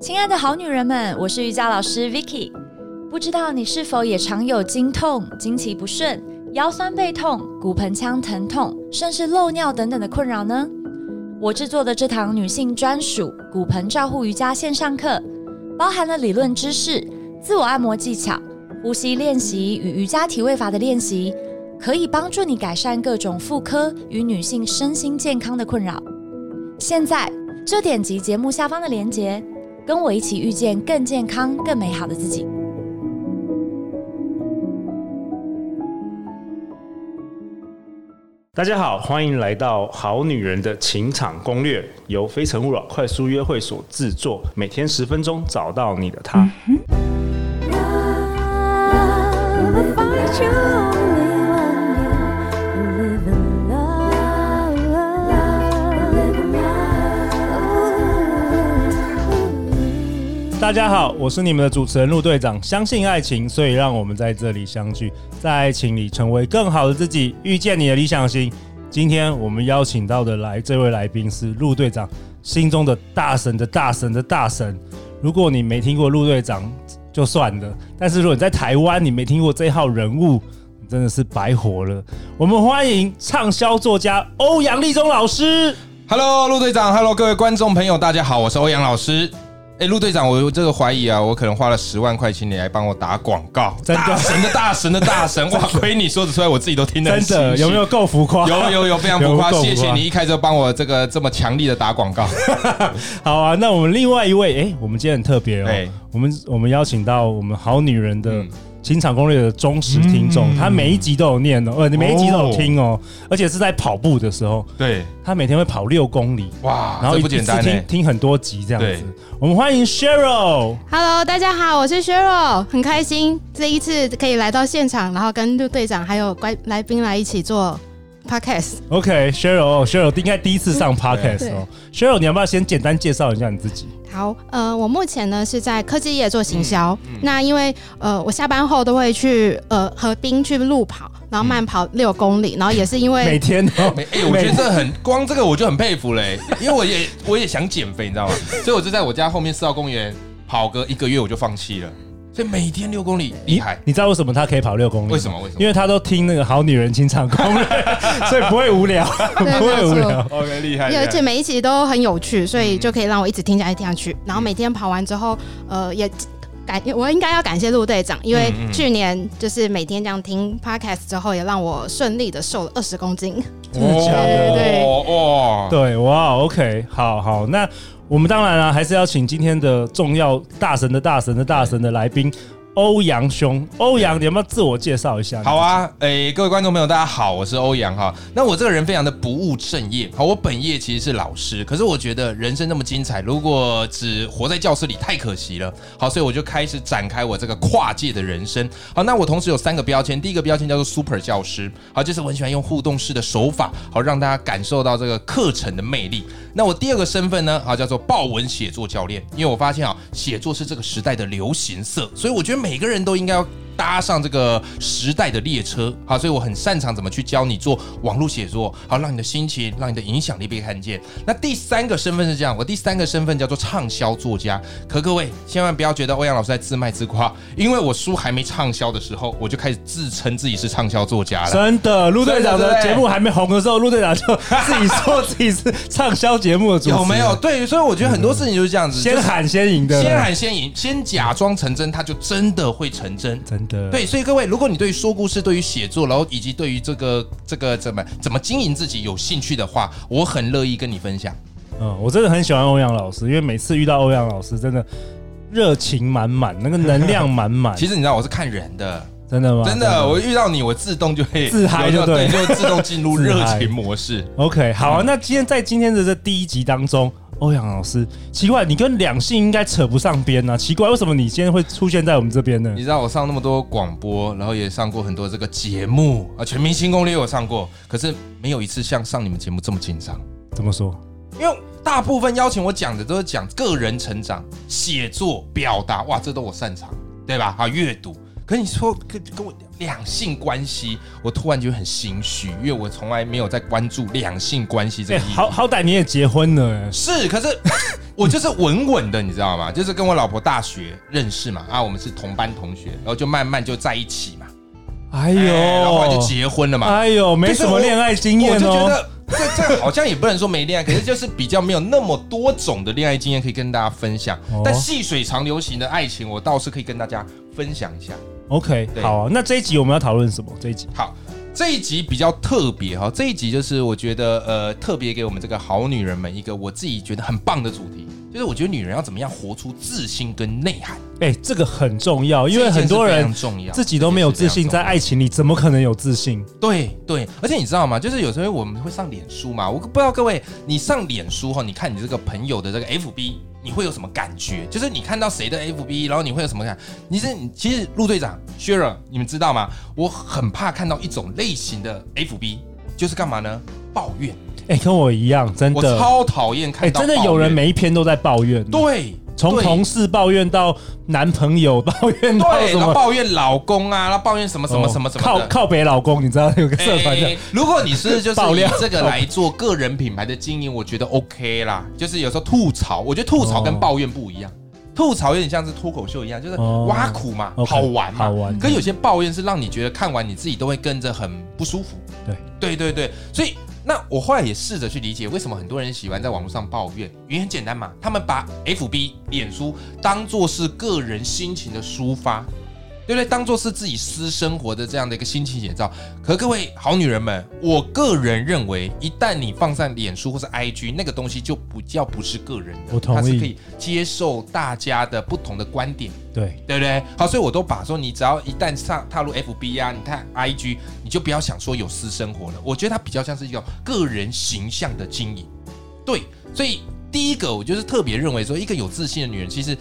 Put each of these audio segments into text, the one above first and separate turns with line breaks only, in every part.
亲爱的好女人们，我是瑜伽老师 Vicky。不知道你是否也常有经痛、经期不顺、腰酸背痛、骨盆腔疼痛，甚至漏尿等等的困扰呢？我制作的这堂女性专属骨盆照护瑜伽线上课，包含了理论知识、自我按摩技巧、呼吸练习与瑜伽体位法的练习，可以帮助你改善各种妇科与女性身心健康的困扰。现在就点击节目下方的链接，跟我一起遇见更健康、更美好的自己。
大家好，欢迎来到《好女人的情场攻略》，由非诚勿扰快速约会所制作，每天十分钟，找到你的他。
Love, I find you only one you live in love, live in love.
大家好，我是你们的主持人陆队长。相信爱情，所以让我们在这里相聚，在爱情里成为更好的自己，遇见你的理想型。今天我们邀请到的来这位来宾是陆队长心中的大神的大神的大神。如果你没听过陆队长就算了，但是如果你在台湾你没听过这号人物，你真的是白活了。我们欢迎畅销作家欧阳立中老师。
Hello，陆队长，Hello，各位观众朋友，大家好，我是欧阳老师。哎、陆队长，我有这个怀疑啊，我可能花了十万块钱你来帮我打广告，
真的
大神的大神的大 神，哇，亏你说得出来，我自己都听得很
真的
心虚
有没有？够浮夸？
有有 有，非常浮夸，
有够浮夸
谢谢你一开始就帮我这个这么强力的打广 告。
好啊，那我们另外一位，哎、我们今天很特别哦
对，
我们我们邀请到我们好女人的
嗯
情场攻略的忠实听众，他每一集都有念哦，呃，你每一集都有听哦，而且是在跑步的时候，
对，
他每天会跑六公里，
哇，
然后
啊这
一
不简单
一
欸
次
呢、
听听很多集这样
对
子。我们欢迎 Cheryl，
Hello，大家好，我是 Cheryl，很开心这一次可以来到现场，然后跟陆队长还有观来宾来一起做 podcast。
OK，Cheryl，Cheryl 应该哦第一次上 Podcast
对
哦。Cheryl，你要不要先简单介绍一下你自己？
好，呃，我目前呢是在科技业做行销，那因为呃我下班后都会去呃河滨去路跑，然后慢跑六公里，然后也是因
每
为
天 哦，
没，哎、我
每
觉得这很光这个我就很佩服嘞、因为我也我也想减肥，你知道吗？所以我就在我家后面四号公园跑个一个月，我就放弃了。所以每天六公里，厉害。
你知道为什么他可以跑六公里？
为什么为什么
因为他都听那个《好女人情场攻略》， 所以不会无聊，不
对
会无
没有
聊。
OK，厉害
而且每一集都很有趣，所以就可以让我一直听下去听下去。然后每天跑完之后，呃，也感我应该要感谢陆队长，因为去年就是每天这样听 podcast 之后，也让我顺利的瘦了二十公斤。
真的假的
对
哦哇，
对，哇，OK，好好，那我们当然啊，还是要请今天的重要大神的大神的大神的来宾欧阳兄。欧阳，你要不要自我介绍一下？
好，啊，诶、各位观众朋友，大家好，我是欧阳哈。那我这个人非常的不务正业，好，我本业其实是老师，可是我觉得人生那么精彩，如果只活在教室里太可惜了，好，所以我就开始展开我这个跨界的人生。好，那我同时有三个标签，第一个标签叫做 Super 教师，好，就是我很喜欢用互动式的手法，好让大家感受到这个课程的魅力。那我第二个身份呢，啊，叫做豹文写作教练，因为我发现啊，写作是这个时代的流行色，所以我觉得每个人都应该要搭上这个时代的列车，好，所以我很擅长怎么去教你做网络写作，好，让你的心情，让你的影响力被看见。那第三个身份是这样，我第三个身份叫做畅销作家。可各位千万不要觉得欧阳老师在自卖自夸，因为我书还没畅销的时候，我就开始自称自己是畅销作家了。
真的，陆队长
真的
的
对
节目还没红的时候，陆队长就自己说自己是畅销节目的主持人，
有没有？？对，所以我觉得很多事情就是这样子，
先
就是
喊先赢的，
先喊先赢，先假装成真，它就真的会成真。
真的，
对，所以各位，如果你对于说故事、对于写作，然后以及对于这个这个怎么怎么经营自己有兴趣的话，我很乐意跟你分享。
嗯，我真的很喜欢欧阳老师，因为每次遇到欧阳老师，真的热情满满，那个能量满满。
其
实
实你知道我是看人的，
哎真的吗？
真的，我遇到你，我自动就会
自嗨就
有
对
对，就自 动进入
自
热
嗨
情模式。
OK，好啊、那今天在今天的这第一集当中，欧阳老师，奇怪，你跟两性应该扯不上边啊？奇怪，为什么你今天会出现在我们这边呢
你？知道我上那么多广播，然后也上过很多这个节目啊，《全明星攻略》有上过，可是没有一次像上你们节目这么紧张。
怎么说？
因为大部分邀请我讲的都是讲个人成长、写作、表达，哇，这都我擅长，对吧？啊，阅读。可是你说跟跟我两性关系，我突然觉得很心虚，因为我从来没有在关注两性关系这
哎，
个议题。
好好歹你也结婚了，
是，可是我就是稳稳的，你知道吗？就是跟我老婆大学认识嘛，啊，我们是同班同学，然后就慢慢就在一起嘛，
哎
哎
呦，
然后后来就结婚了嘛。
哎呦，没什么恋爱经验
我就觉
哦。
得这这好像也不能说没恋爱，可是就是比较没有那么多种的恋爱经验可以跟大家分享。
哦
但细水长流型的爱情，我倒是可以跟大家分享一下。
OK，
对
好啊，那这一集我们要讨论什么？这一集
好，这一集比较特别哈，这一集就是我觉得呃特别给我们这个好女人们一个我自己觉得很棒的主题，就是我觉得女人要怎么样活出自信跟内涵，
哎，这个很重要，因为
这一件
很多
是非
人
常重要
自己都没有自信，在爱
情。
情里怎么可能有自信？
对对，而且你知道吗？就是有时候我们会上脸书嘛，我不知道各位，你上脸书哈，你看你这个朋友的这个 FB，你会有什么感觉？就是你看到谁的 FB，然后你会有什么感？你是你其实陆队长、薛 h 你们知道吗？我很怕看到一种类型的 FB，就是干嘛呢？抱怨，
哎，跟我一样，真
我
的，
超讨厌
哎，
看到、
真的有人。每一篇都在抱怨，，
对，
从
对
同事抱怨到男朋友，抱怨到
对，
什
然
么
后
哦
抱怨老公啊，然后抱怨什么什么什么什么
靠
的
靠北老公，你知道有个社团叫
欸如果你是就是
爆
以
料
这个来做个人品牌的经营，我觉得 OK 啦。就是有时候吐槽，我觉得吐槽跟抱怨不一样。吐槽有点像是脱口秀一样，就是
哦
挖苦嘛，
OK，
好玩嘛。
好玩
跟有些抱怨是让你觉得看完你自己都会跟着很不舒服。
对
对对对，所以那我后来也试着去理解为什么很多人喜欢在网络上抱怨，原因很简单嘛，他们把 FB 脸书当做是个人心情的抒发，对不对？当做是自己私生活的这样的一个心情写照。可各位好女人们，我个人认为，一旦你放上脸书或是 IG，那个东西就不叫不是个人的，
我同意
它是可以接受大家的不同的观点。
对。
对不对？好，所以我都把说，你只要一旦上踏入 FB 啊，你看 IG，你就不要想说有私生活了。我觉得它比较像是一种个人形象的经营。对，所以第一个，我就是特别认为说，一个有自信的女人，其实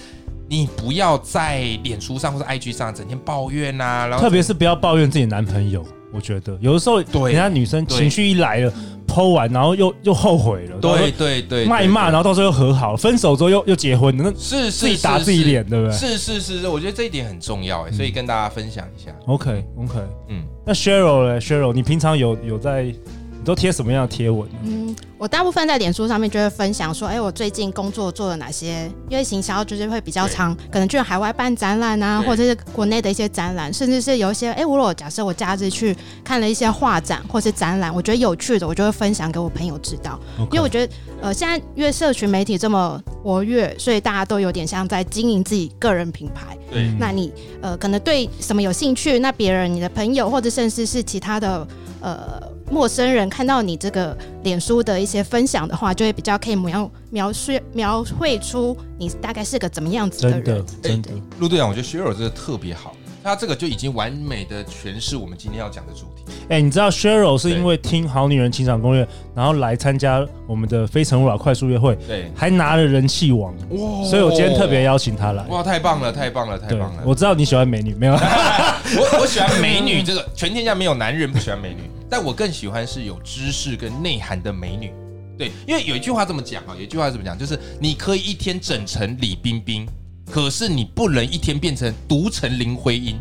你不要在脸书上或者 IG 上整天抱怨啊，然后
特别是不要抱怨自己的男朋友，我觉得有的时候，
对
人家女生
对
情绪一来了，剖完然后又又后悔了，然后
对对对，
骂一
对
骂，然后到时候又和好，分手之后又又结婚，那
是是
自己打
是
自己
是
脸嗯对不对
是是是是，我觉得这一点很重要哎，所以跟大家分享一下。
OK OK。
嗯，
那 Cheryl 呢？Cheryl，你平常有有在，你都贴什么样的贴文呢？
嗯，我大部分在脸书上面就会分享说，哎、我最近工作做了哪些？因为行销就是会比较长，可能去海外办展览啊，
对
或者是国内的一些展览，甚至是有一些，哎、我如果假设我假日去看了一些画展或是展览，我觉得有趣的，我就会分享给我朋友知道。因为我觉得，呃，现在因为社群媒体这么活跃，所以大家都有点像在经营自己个人品牌。
对
嗯
那你呃可能对什么有兴趣，那别人、你的朋友或者甚至是其他的呃陌生人看到你这个脸书的一些分享的话，就会比较可以描描述描绘出你大概是个怎么样子的
真
人
的。真的，
陆队长，我觉得薛 h 真的特别好，他这个就已经完美的诠释我们今天要讲的主题。
哎、你知道 Cheryl 是因为听《好女人情场攻略》，然后来参加我们的《非诚勿扰》快速约会，
对，
还拿了人气王，
哇
所以我今天特别邀请她来。
哇，太棒了，太棒了，太
对
棒，了！
我
我
知道你喜欢美女，没 有？
我喜欢美女，这个全天下没有男人不喜欢美女，但我更喜欢是有知识跟内涵的美女。对，因为有一句话这么讲啊，有一句话怎么讲，就是你可以一天整成李冰冰，可是你不能一天变成独成林徽因。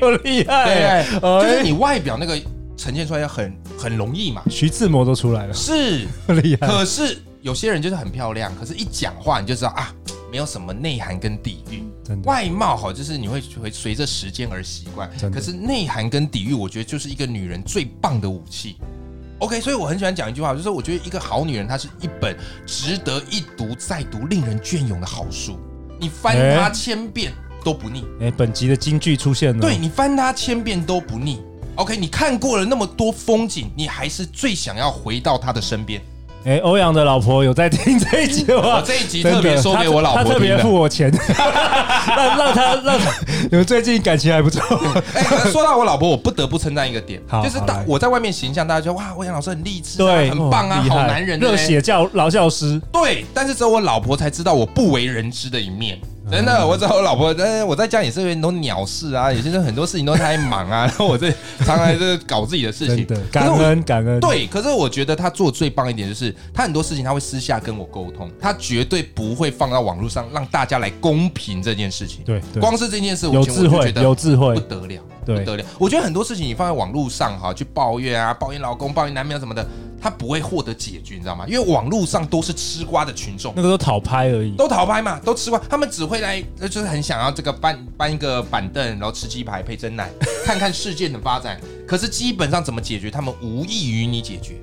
有厉害、
对啊
欸，，
就是
哎
你外表那个呈现出来要很很容易嘛。
徐志摩都出来了，
是，
厉 害。
可是有些人就是很漂亮，可是一讲话你就知道啊，没有什么内涵跟底蕴。
真的，
外貌好，就是你会会随着时间而习惯
真，的
可是内涵跟底蕴，我觉得就是一个女人最棒的武器。OK，所以我很喜欢讲一句话，就是我觉得一个好女人，她是一本值得一读再读、令人隽永的好书。你翻它
哎
千遍都不腻，
哎、本集的金句出现了，
对，你翻它千遍都不腻。OK，你看过了那么多风景，你还是最想要回到她的身边。
哎、欧阳的老婆有在听这一集
我
吗？
这一集
真的
特别说给我老
她她
婆
特
听
别
的
付。我钱， 让让她让她，你们最近感情还 不错，
哎、说到我老婆，我不得不称赞一个点
好，
就是
好
大
来
我在外面形象，大家觉得哇，欧阳老师很励志、啊，
对，
很棒啊
哦，厉害
好男人，对
热
不对
血教老教师，
对，但是只有我老婆才知道我不为人知的一面。
嗯
真的，我找我老婆，但是我在家也是有很多鸟事啊，有些时候很多事情都太忙啊，然 后我这常常就是搞自己的事
真
情
的，
可
感
是我
恩感恩。，
对，可是我觉得他做最棒一点就是，他很多事情他会私下跟我沟通，他绝对不会放到网络上让大家来公平这件事情。
对对
光是这件事，我
有
觉得
智
我就
慧
觉，得
有智慧
不，得了，不
对
得了。我觉得很多事情你放在网络上哈，去抱怨啊，抱怨老公，抱怨男朋友什么的，他不会获得解决，你知道吗？因为网络上都是吃瓜的群众
那。个都讨拍而已。
都逃拍嘛，都吃瓜，他们只会来，呃就是很想要这个搬搬一个板凳，然后吃鸡排配真奶，看看事件的发展。可是基本上怎么解决，他们无异于你解决。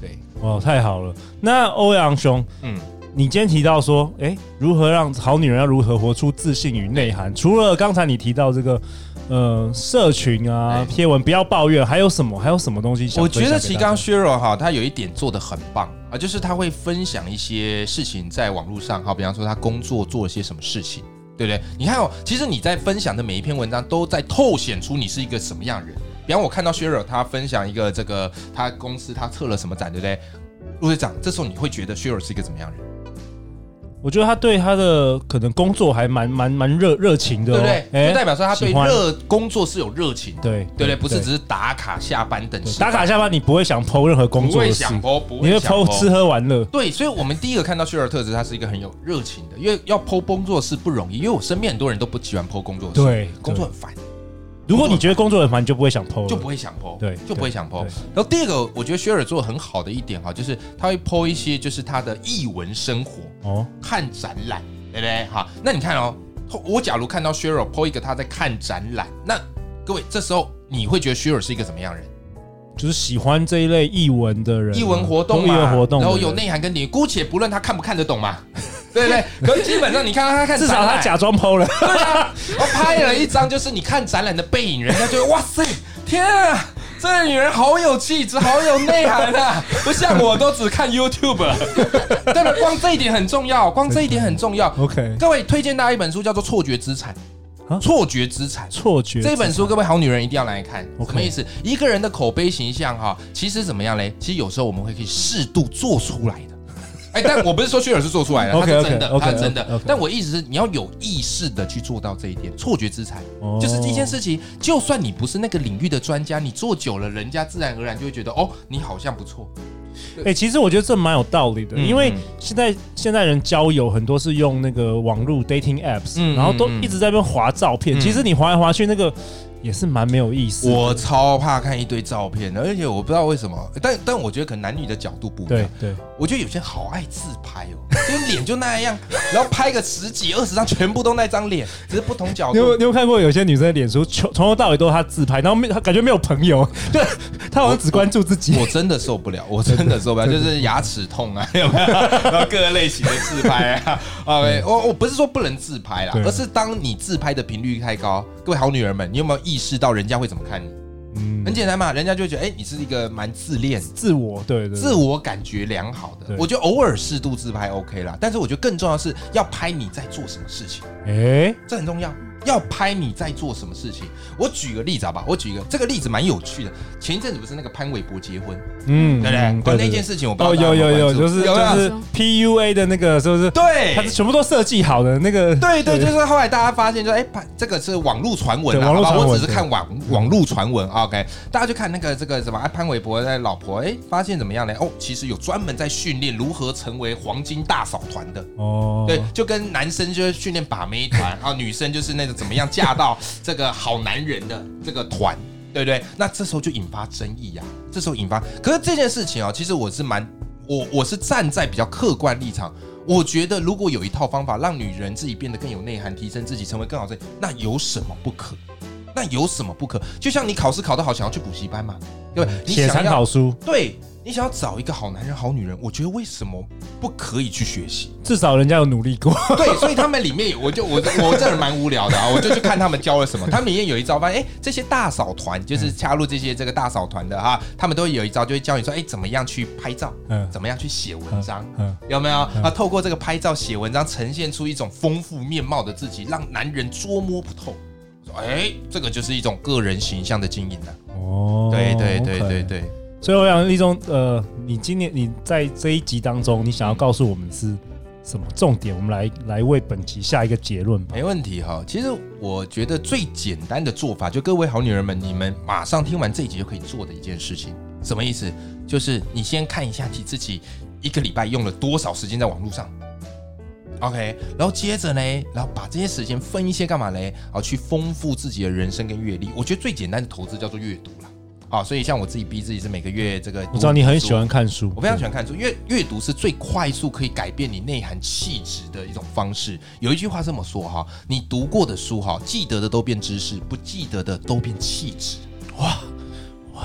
对，
哇，哦太好了！那欧阳兄，
嗯，
你今天提到说，哎，如何让好女人要如何活出自信与内涵？除了刚才你提到这个，呃，社群啊，
对
贴文不要抱怨，还有什么？还有什么东西想
哎我
分享给
觉
大家？
得其实刚刚 Shiro 哈，他有一点做的很棒啊，就是他会分享一些事情在网络上，好，比方说他工作做了些什么事情，对不对？你看哦，其实你在分享的每一篇文章都在透显出你是一个什么样的人。比方我看到 Shiro 他分享一个这个他公司他测了什么展，对不对？陆队长，这时候你会觉得 Shiro 是一个怎么样的人？
我觉得他对他的可能工作还蛮蛮蛮热热情的、哦，
对不对？
诶
就代表说他对
喜欢
热工作是有热情的，
对
对不对？不是只是打卡下班等事，
打卡下班，你不会想剖任何工
不
作
会
的事，
想哦剖，不
你
会
会
想
剖吃喝玩乐。
对，所以我们第一个看到 s h 特质，他是一个很有热情的，因为要剖工作室不容易，因为我身边很多人都不喜欢剖工作室，
对
工作很烦，
如果你觉得工作很烦，你就不会想剖了，
就不会想剖，
对
就不会想剖
对。
然后第二个，我觉得 s h 做的很好的一点哈，就是他会剖一些就是他的艺文生活，
哦。
看展览，对不对？好，那你看哦，我假如看到 s h e r y l 一个他在看展览，那各位这时候你会觉得 s h e r y l 是一个怎么样的人？
就是喜欢这一类译文的人啊，
艺文活动
艺
嘛，
文活动的人，
然后有内涵跟底，姑且不论他看不看得懂嘛，对不对？可是基本上你看到他 看
至
展览，
少他假装剖了。
对啊，我拍了一张，就是你看展览的背影，人家就会哇塞，天啊，这个女人好有气质，好有内涵啊！不像我都只看 YouTube，真的，光这一点很重要，光这一点很重要。
OK，
各位推荐大家一本书，叫做《错觉资产
啊》。
错觉资产，
错觉
这本书，各位好女人一定要来看。
OK
什么意思？一个人的口碑形象哈，其实怎么样嘞？其实有时候我们会可以适度做出来 的。哎，但我不是说薛尔是做出来的，他是
OK，OK，
真的，
OK，
他是真的
OK，OK。
但我意思是，你要有意识的去做到这一点。错觉资产
哦
就是这件事情，就算你不是那个领域的专家，你做久了，人家自然而然就会觉得，哦，你好像不错。
哎、其实我觉得这蛮有道理的，
嗯
因为
嗯
现在现在人交友很多是用那个网络 dating apps，、
嗯
然后都
嗯嗯
一直在那边划照片，
嗯
其实你划来划去，那个也是蛮没有意思的。
我超怕看一堆照片的，而且我不知道为什么，但但我觉得可能男女的角度不一
对
样。
对，
我觉得有些人好爱自拍哦， 就是脸就那样，然后拍个十几二十张，全部都那张脸，只是不同角
你有
度。
你有看过有些女生的脸书，从从头到尾都是她自拍，然后没她感觉没有朋友，对，她好像只关注自己。
我真的受不了，我真的受不了，就是牙齿痛啊， 有没有？然后各类型的自拍 啊，啊，我我不是说不能自拍啦
嗯对，
而是当你自拍的频率太高，各位好女人们，你有没有意识到人家会怎么看你？
嗯
很简单嘛，人家就会觉得，哎，你是一个蛮自恋、
自我，对对，
自我感觉良好的
对。
我觉得偶尔适度自拍 OK 啦，但是我觉得更重要的是要拍你在做什么事情。
哎、
这很重要。要拍你在做什么事情？我举个例子好吧，我举一个这个例子蛮有趣的。前一阵子不是那个潘玮柏结婚，
嗯
对不对？
嗯
关于那件事情，我不知道
哦，
大家
有有
有没
有，
关注
就是
有没有啊
就是 PUA 的那个，是不是？它是
对。
全部都设计好的那个。
欸对对，就是后来大家发现说，哎，潘这个是网络传闻
对
啊，
网络
好吧，
传闻
我只是看网网络传闻啊，OK，大家就看那个这个什么啊潘玮柏的老婆，哎，发现怎么样呢？哦，其实有专门在训练如何成为黄金大嫂团的，
哦，
对，就跟男生就是训练把 妹团，然后女生就是那个怎么样嫁到这个好男人的这个团，对不对？那这时候就引发争议呀、这时候引发，可是这件事情啊、其实我是蛮，我我是站在比较客观立场，我觉得如果有一套方法让女人自己变得更有内涵，提升自己，成为更好的人，那有什么不可？那有什么不可？就像你考试考得好，想要去补习班嘛，对不对？你
写
想
参
要
嗯考书，
对。你想要找一个好男人、好女人，我觉得为什么不可以去学习？
至少人家有努力 过。
对，所以他们里面有，我就我我这人蛮无聊的啊，我就去看他们教了什么。他们里面有一招，发现哎，诶这些大嫂团就是加入这些这个大嫂团的哈、他们都会有一招，就会教你说，哎，怎么样去拍照，
嗯
怎么样去写文章。
嗯，
有没有啊？透过这个拍照、写文章，呈现出一种丰富面貌的自己，让男人捉摸不透。说哎，这个就是一种个人形象的经营了、啊
哦，
对对对
OK
对。对，
所以我想，立中，呃，你今年你在这一集当中，你想要告诉我们是什么重点？我们来来为本集下一个结论吧。
没问题哈。其实我觉得最简单的做法，就各位好女人们，你们马上听完这一集就可以做的一件事情，什么意思？就是你先看一下你自己一个礼拜用了多少时间在网络上。OK，然后接着呢，然后把这些时间分一些干嘛呢？啊，去丰富自己的人生跟阅历。我觉得最简单的投资叫做阅读啦。啊，所以像我自己逼自己是每个月这个，
我知道你很喜欢看书，
我非常喜欢看书，因为阅读是最快速可以改变你内涵气质的一种方式。有一句话这么说哈，你读过的书哈，记得的都变知识，不记得的都变气质。哇！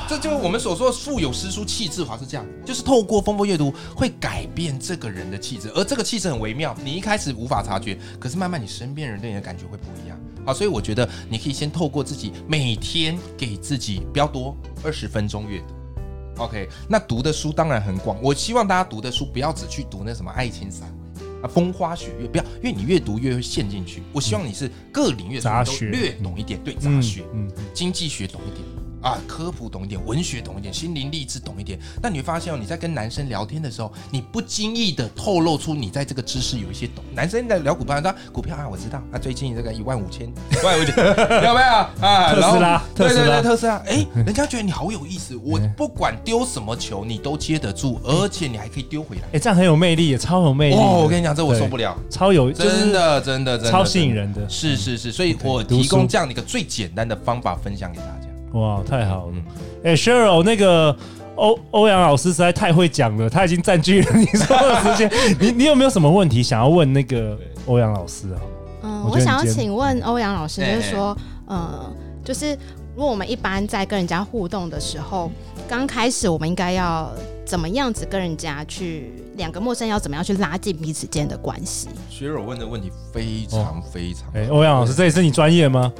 这就是我们所说的“腹有诗书气自华”是这样，就是透过风波阅读会改变这个人的气质，而这个气质很微妙，你一开始无法察觉，可是慢慢你身边人对你的感觉会不一样。好，所以我觉得你可以先透过自己每天给自己不要多二十分钟阅读。OK，那读的书当然很广，我希望大家读的书不要只去读那什么爱情散文啊、风花雪月，不要，因为你越读越会陷进去。我希望你是各领域的
杂
书你
学
都略懂一点，对杂
嗯
学，
嗯，
经济学懂一点啊，科普懂一点，文学懂一点，心灵励志懂一点。但你会发现哦，你在跟男生聊天的时候，你不经意的透露出你在这个知识有一些懂。男生在聊股票，他说股票啊，我知道啊，最近这个一万五千，一万五 千，有没有啊？
特斯
然后
拉
对
特
对
斯拉
对，特斯拉， 哎，人家觉得你好有意思，
哎
我不管丢什么球，你都接得住，而且你还可以丢回来。
哎，这样很有魅力，也超有魅力的。
哦，我跟你讲，这我
对
受不了，
超有，哎就
真
是
的，真的，真的，
超吸引
真的。
人的。
是是是，所以我
读
提供
书
这样的一个最简单的方法分享给大家。
哇，太好了
嗯！
哎、s h e r y l 那个欧欧阳老师实在太会讲了，他已经占据了你所有的时 间。你你有没有什么问题想要问那个欧阳老师啊？
嗯，
我觉得
我想要
你今天
请问欧阳老师，
哎
就是说，呃，就是如果我们一般在跟人家互动的时候，刚开始我们应该要怎么样子跟人家去，两个陌生人要怎么样去拉近彼此间的关系？
学友问的问题非常非常好，
哎、欧阳老师，这也是你专业吗？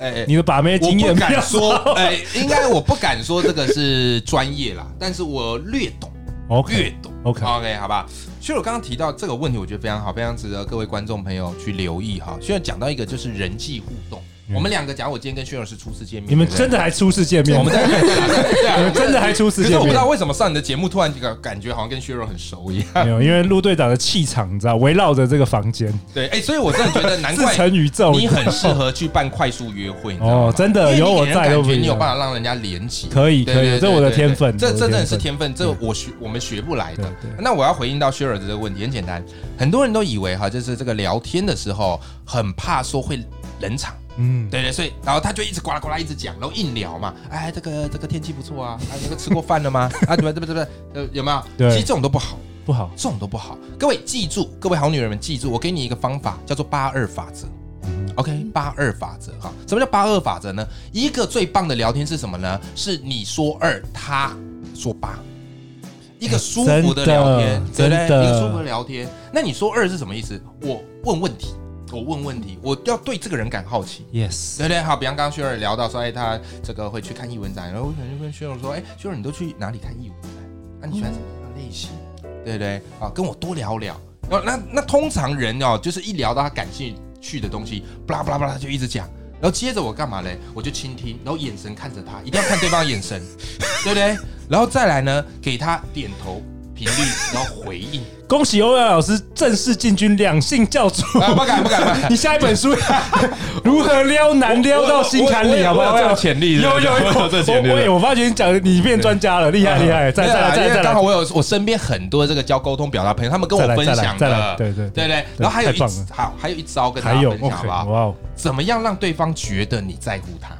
哎、哎
你的把妹
我
经验
不
比较
敢说，哎、应该我不敢说这个是专业啦，但是我略懂，略
OK，
懂
OK
OK，好吧。薛友刚刚提到这个问题，我觉得非常好，非常值得各位观众朋友去留意哈。薛友讲到一个就是人际互动，
嗯
我们两个，假如我今天跟薛友是初次见面，
你们
对不对
真的还初次见面？
我们在对啊对啊
你们真的还初次
可是
见
我不
面
知？道为什么上你的节目突然这个感觉好像跟薛友很熟一样，
没有，因为陆队长的气场，你知道，围绕着这个房间，
对，哎、所以我真的觉得 难
自
怪
成宇宙。
你很适合去办快速约会，你知道吗
哦，真的
因为
有
你
我
给人
在
感
都不
觉你
一
有办
样。
法让人家连起。
可以
对
可以，
对
这
对
我的
对
天分，
这这
我
真
的
的是
分。
天分，这我学我们学不来的
对对。
那我要回应到 Sheryl 的这个问题，很简单，很多人都以为哈，就是这个聊天的时候很怕说会冷场。
嗯，
对对，所以然后他就一直呱啦呱啦一直讲，然后硬聊嘛，哎，这个这个天气不错啊，啊，这个吃过饭了吗？啊，对吧？对不对？对吧呃，有没有？
对
其实这种都不好，
不好。
哦这种都不好。各位记住，各位好女人们记住，我给你一个方法，叫做八二法则。OK，八
嗯
二法则哈，什么叫八二法则呢？一个最棒的聊天是什么呢？是你说二，他说八，一个舒服的聊天，
哎真的
对不对？
真的
一个舒服的聊天。那你说二是什么意思？我问问题，我问问题，我要对这个人感好奇。
Yes，
对对，好，比方刚刚薛尔聊到说，哎，他这个会去看艺文展，然后我可能就跟薛尔说，哎，薛尔你都去哪里看艺文展？那、你喜欢什么样的类型？对不对？啊，跟我多聊聊。然后那那通常人哦，就是一聊到他感兴趣的东西，巴拉巴拉巴拉他就一直讲。然后接着我干嘛嘞？我就倾听，然后眼神看着他，一定要看对方的眼神，对不对？然后再来呢，给他点头频率，然后回应。
恭喜欧阳老师正式进军两性教主。
啊，不敢不敢不敢，
你下一本书如何撩男撩到心坎里，好不好？
我有这种潜力是不
有有
是
有
我有哦这潜力
我我我发觉你讲的你变专家了，厉害厉害！再
没
来再
有啦
来再
因
来再
为刚好
来，
我有我身边很多这个教沟通表达朋友，他们跟我
再来
分享
再来
的，
对对
对
对
不对。然后还有一
太棒了
好，还有一招跟大
还
家
有
分
OK，
享好不好？
哇哦，
怎么样让对方觉得你在乎他？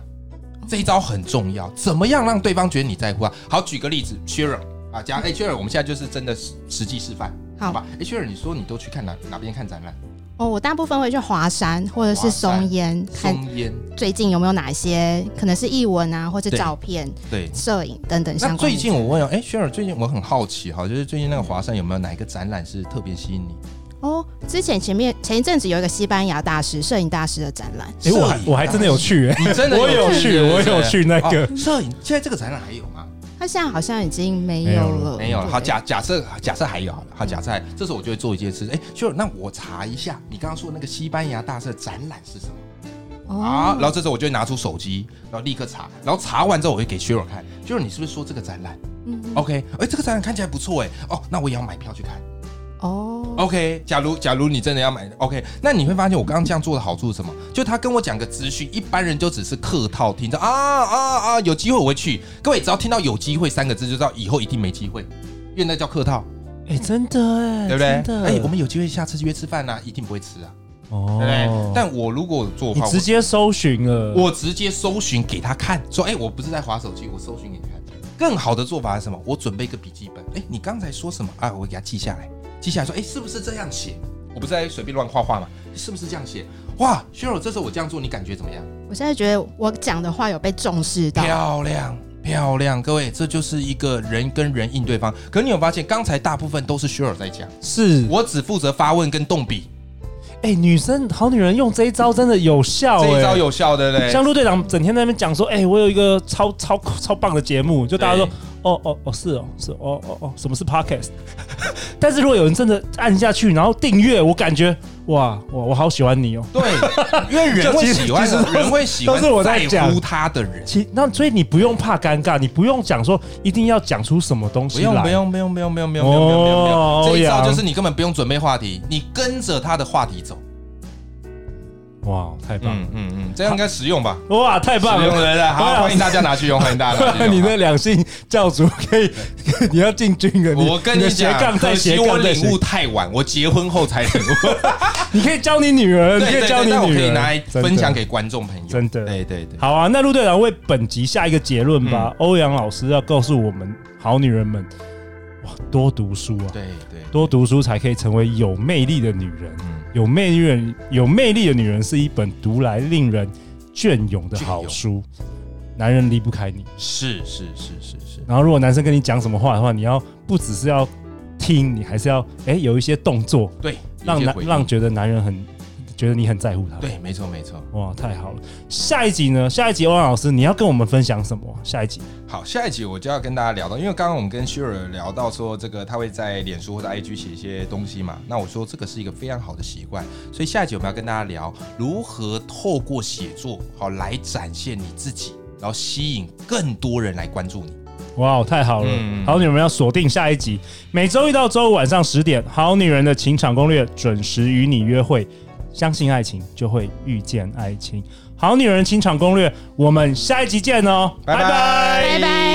这一招很重要。怎么样让对方觉得你在乎他？好，举个例子，Sheryl 啊，讲哎 Sheryl，我们现在就是真的实实际示范，
好
好吧？哎 Sheryl，你说你都去看哪哪边看展览？
哦，我大部分会去华山或者是松烟，看
松烟，
最近有没有哪些可能是译文啊，或者
对
照片、
对。
摄影等等相
那
关
最
的。
近我问哦，哎，Sheryl，最近我很好奇哈，就是最近那个华山有没有哪一个展览是特别吸引你？
哦，之前前面前一阵子有一个西班牙大师、摄影大师的展览，
哎，我
摄
还
影
我还真的有去，哎
你真的
我有去，
去，
我有去那
哦
个，
摄影。现在这个展览还有吗？
他现在好像已经没
没有
有
了
了，
没有了。好，
对
假假设假设还有好了，好假设还这时候我就会做一件事，哎，就那我查一下你刚刚说的那个西班牙大社展览是什么、啊？然后这时候我就会拿出手机，然后立刻查，然后查完之后我会给 Sheryl 看，Sheryl 你是不是说这个展览？
嗯嗯
OK，哎、这个展览看起来不错哎，哦，那我也要买票去看。
哦，
OK，假如假如你真的要买，OK，那你会发现我刚刚这样做的好处是什么？就他跟我讲个资讯，一般人就只是客套听着啊啊啊，有机会我会去。各位只要听到“有机会”三个字，就知道以后一定没机会，因为那叫客套，
哎，真的哎，
对不对？
真的
哎、我们有机会下次约吃饭呐、一定不会吃啊，对不对？
哦，
但我如果有做的
你
话，
直接搜寻了，
我我直接搜寻给他看，说哎、我不是在划手机，我搜寻给你看。更好的做法是什么？我准备一个笔记本，哎、你刚才说什么啊？我给他记下来，记下来说，哎、是不是这样写？我不是在随便乱画画嘛，是不是这样写？哇，Cheryl，这时候我这样做，你感觉怎么样？
我现在觉得我讲的话有被重视到，
漂亮，漂亮，各位，这就是一个人跟人应对方。可你有发现，刚才大部分都是 Cheryl 在
嗯
讲，
是
我只负责发问跟动笔，
哎，女生好女人用这一招真的有效，
这一招
哎
有效，对不对？
像陆队长整天在那边讲说，哎、我有一个超超超棒的节目，就大家说
对，
哦哦哦，是哦是哦哦哦哦，什么是 podcast？但是如果有人真的按下去，然后订阅，我感觉哇哇，我好喜欢你哦。
对，因为人会喜 欢
就其实其实都，是
人会喜欢
都是我在
在
讲
乎他的人。
其那所以你不用怕尴尬，你不用讲说一定要讲出什么东
不
西
用
来，
不用不用不用不用不用不用不用不
哦
用，这一
欧
招
阳
就是你根本不用准备话题，你跟着他的话题走。
哇，太棒
嗯
了，
嗯嗯，这样应该实用吧？
哇，太棒
实用
了。
的人，
欧
好，
阳
欢迎大家拿去用，欢迎大家拿去用。
你那两性教主可以， 你要进军了。
我跟
你
你
的斜
讲，
杠
可
在斜
惜我
杠在斜
领悟太晚，我结婚后才领 悟。
你可以教你女儿，你可
对
以
对
教
对，
你女
但
儿，
我可以拿来
真的
分享给观众朋友。
真的
对对对。
好啊，那陆队长为本集下一个结论吧。
嗯
欧阳老师要告诉我们好女人们，哇，多读书啊，
对对，
多读书才可以成为有魅力的女人。
嗯
有魅力人，有魅力的女人是一本读来令人隽永的好书。男人离不开你。
是是是是是，
然后，如果男生跟你讲什么话的话，你要不只是要听，你还是要哎、有一些动作，
对，
让
有些
男
回应
让觉得男人很觉得你很在乎他。
对，没错没错。
哇，太好了！下一集呢？下一集欧阳老师，你要跟我们分享什么啊？下一集
好，下一集我就要跟大家聊到，因为刚刚我们跟 s h e r 聊到说，这个他会在脸书或者 IG 写一些东西嘛，那我说这个是一个非常好的习惯，所以下一集我们要跟大家聊如何透过写作好来展现你自己，然后吸引更多人来关注你。
哇，太好了！
嗯
好女人要锁定下一集，每周一到周五晚上十点，《好女人的情场攻略》准时与你约会。相信爱情，就会遇见爱情。好女人情场攻略，我们下一集见哦，
拜拜
拜拜。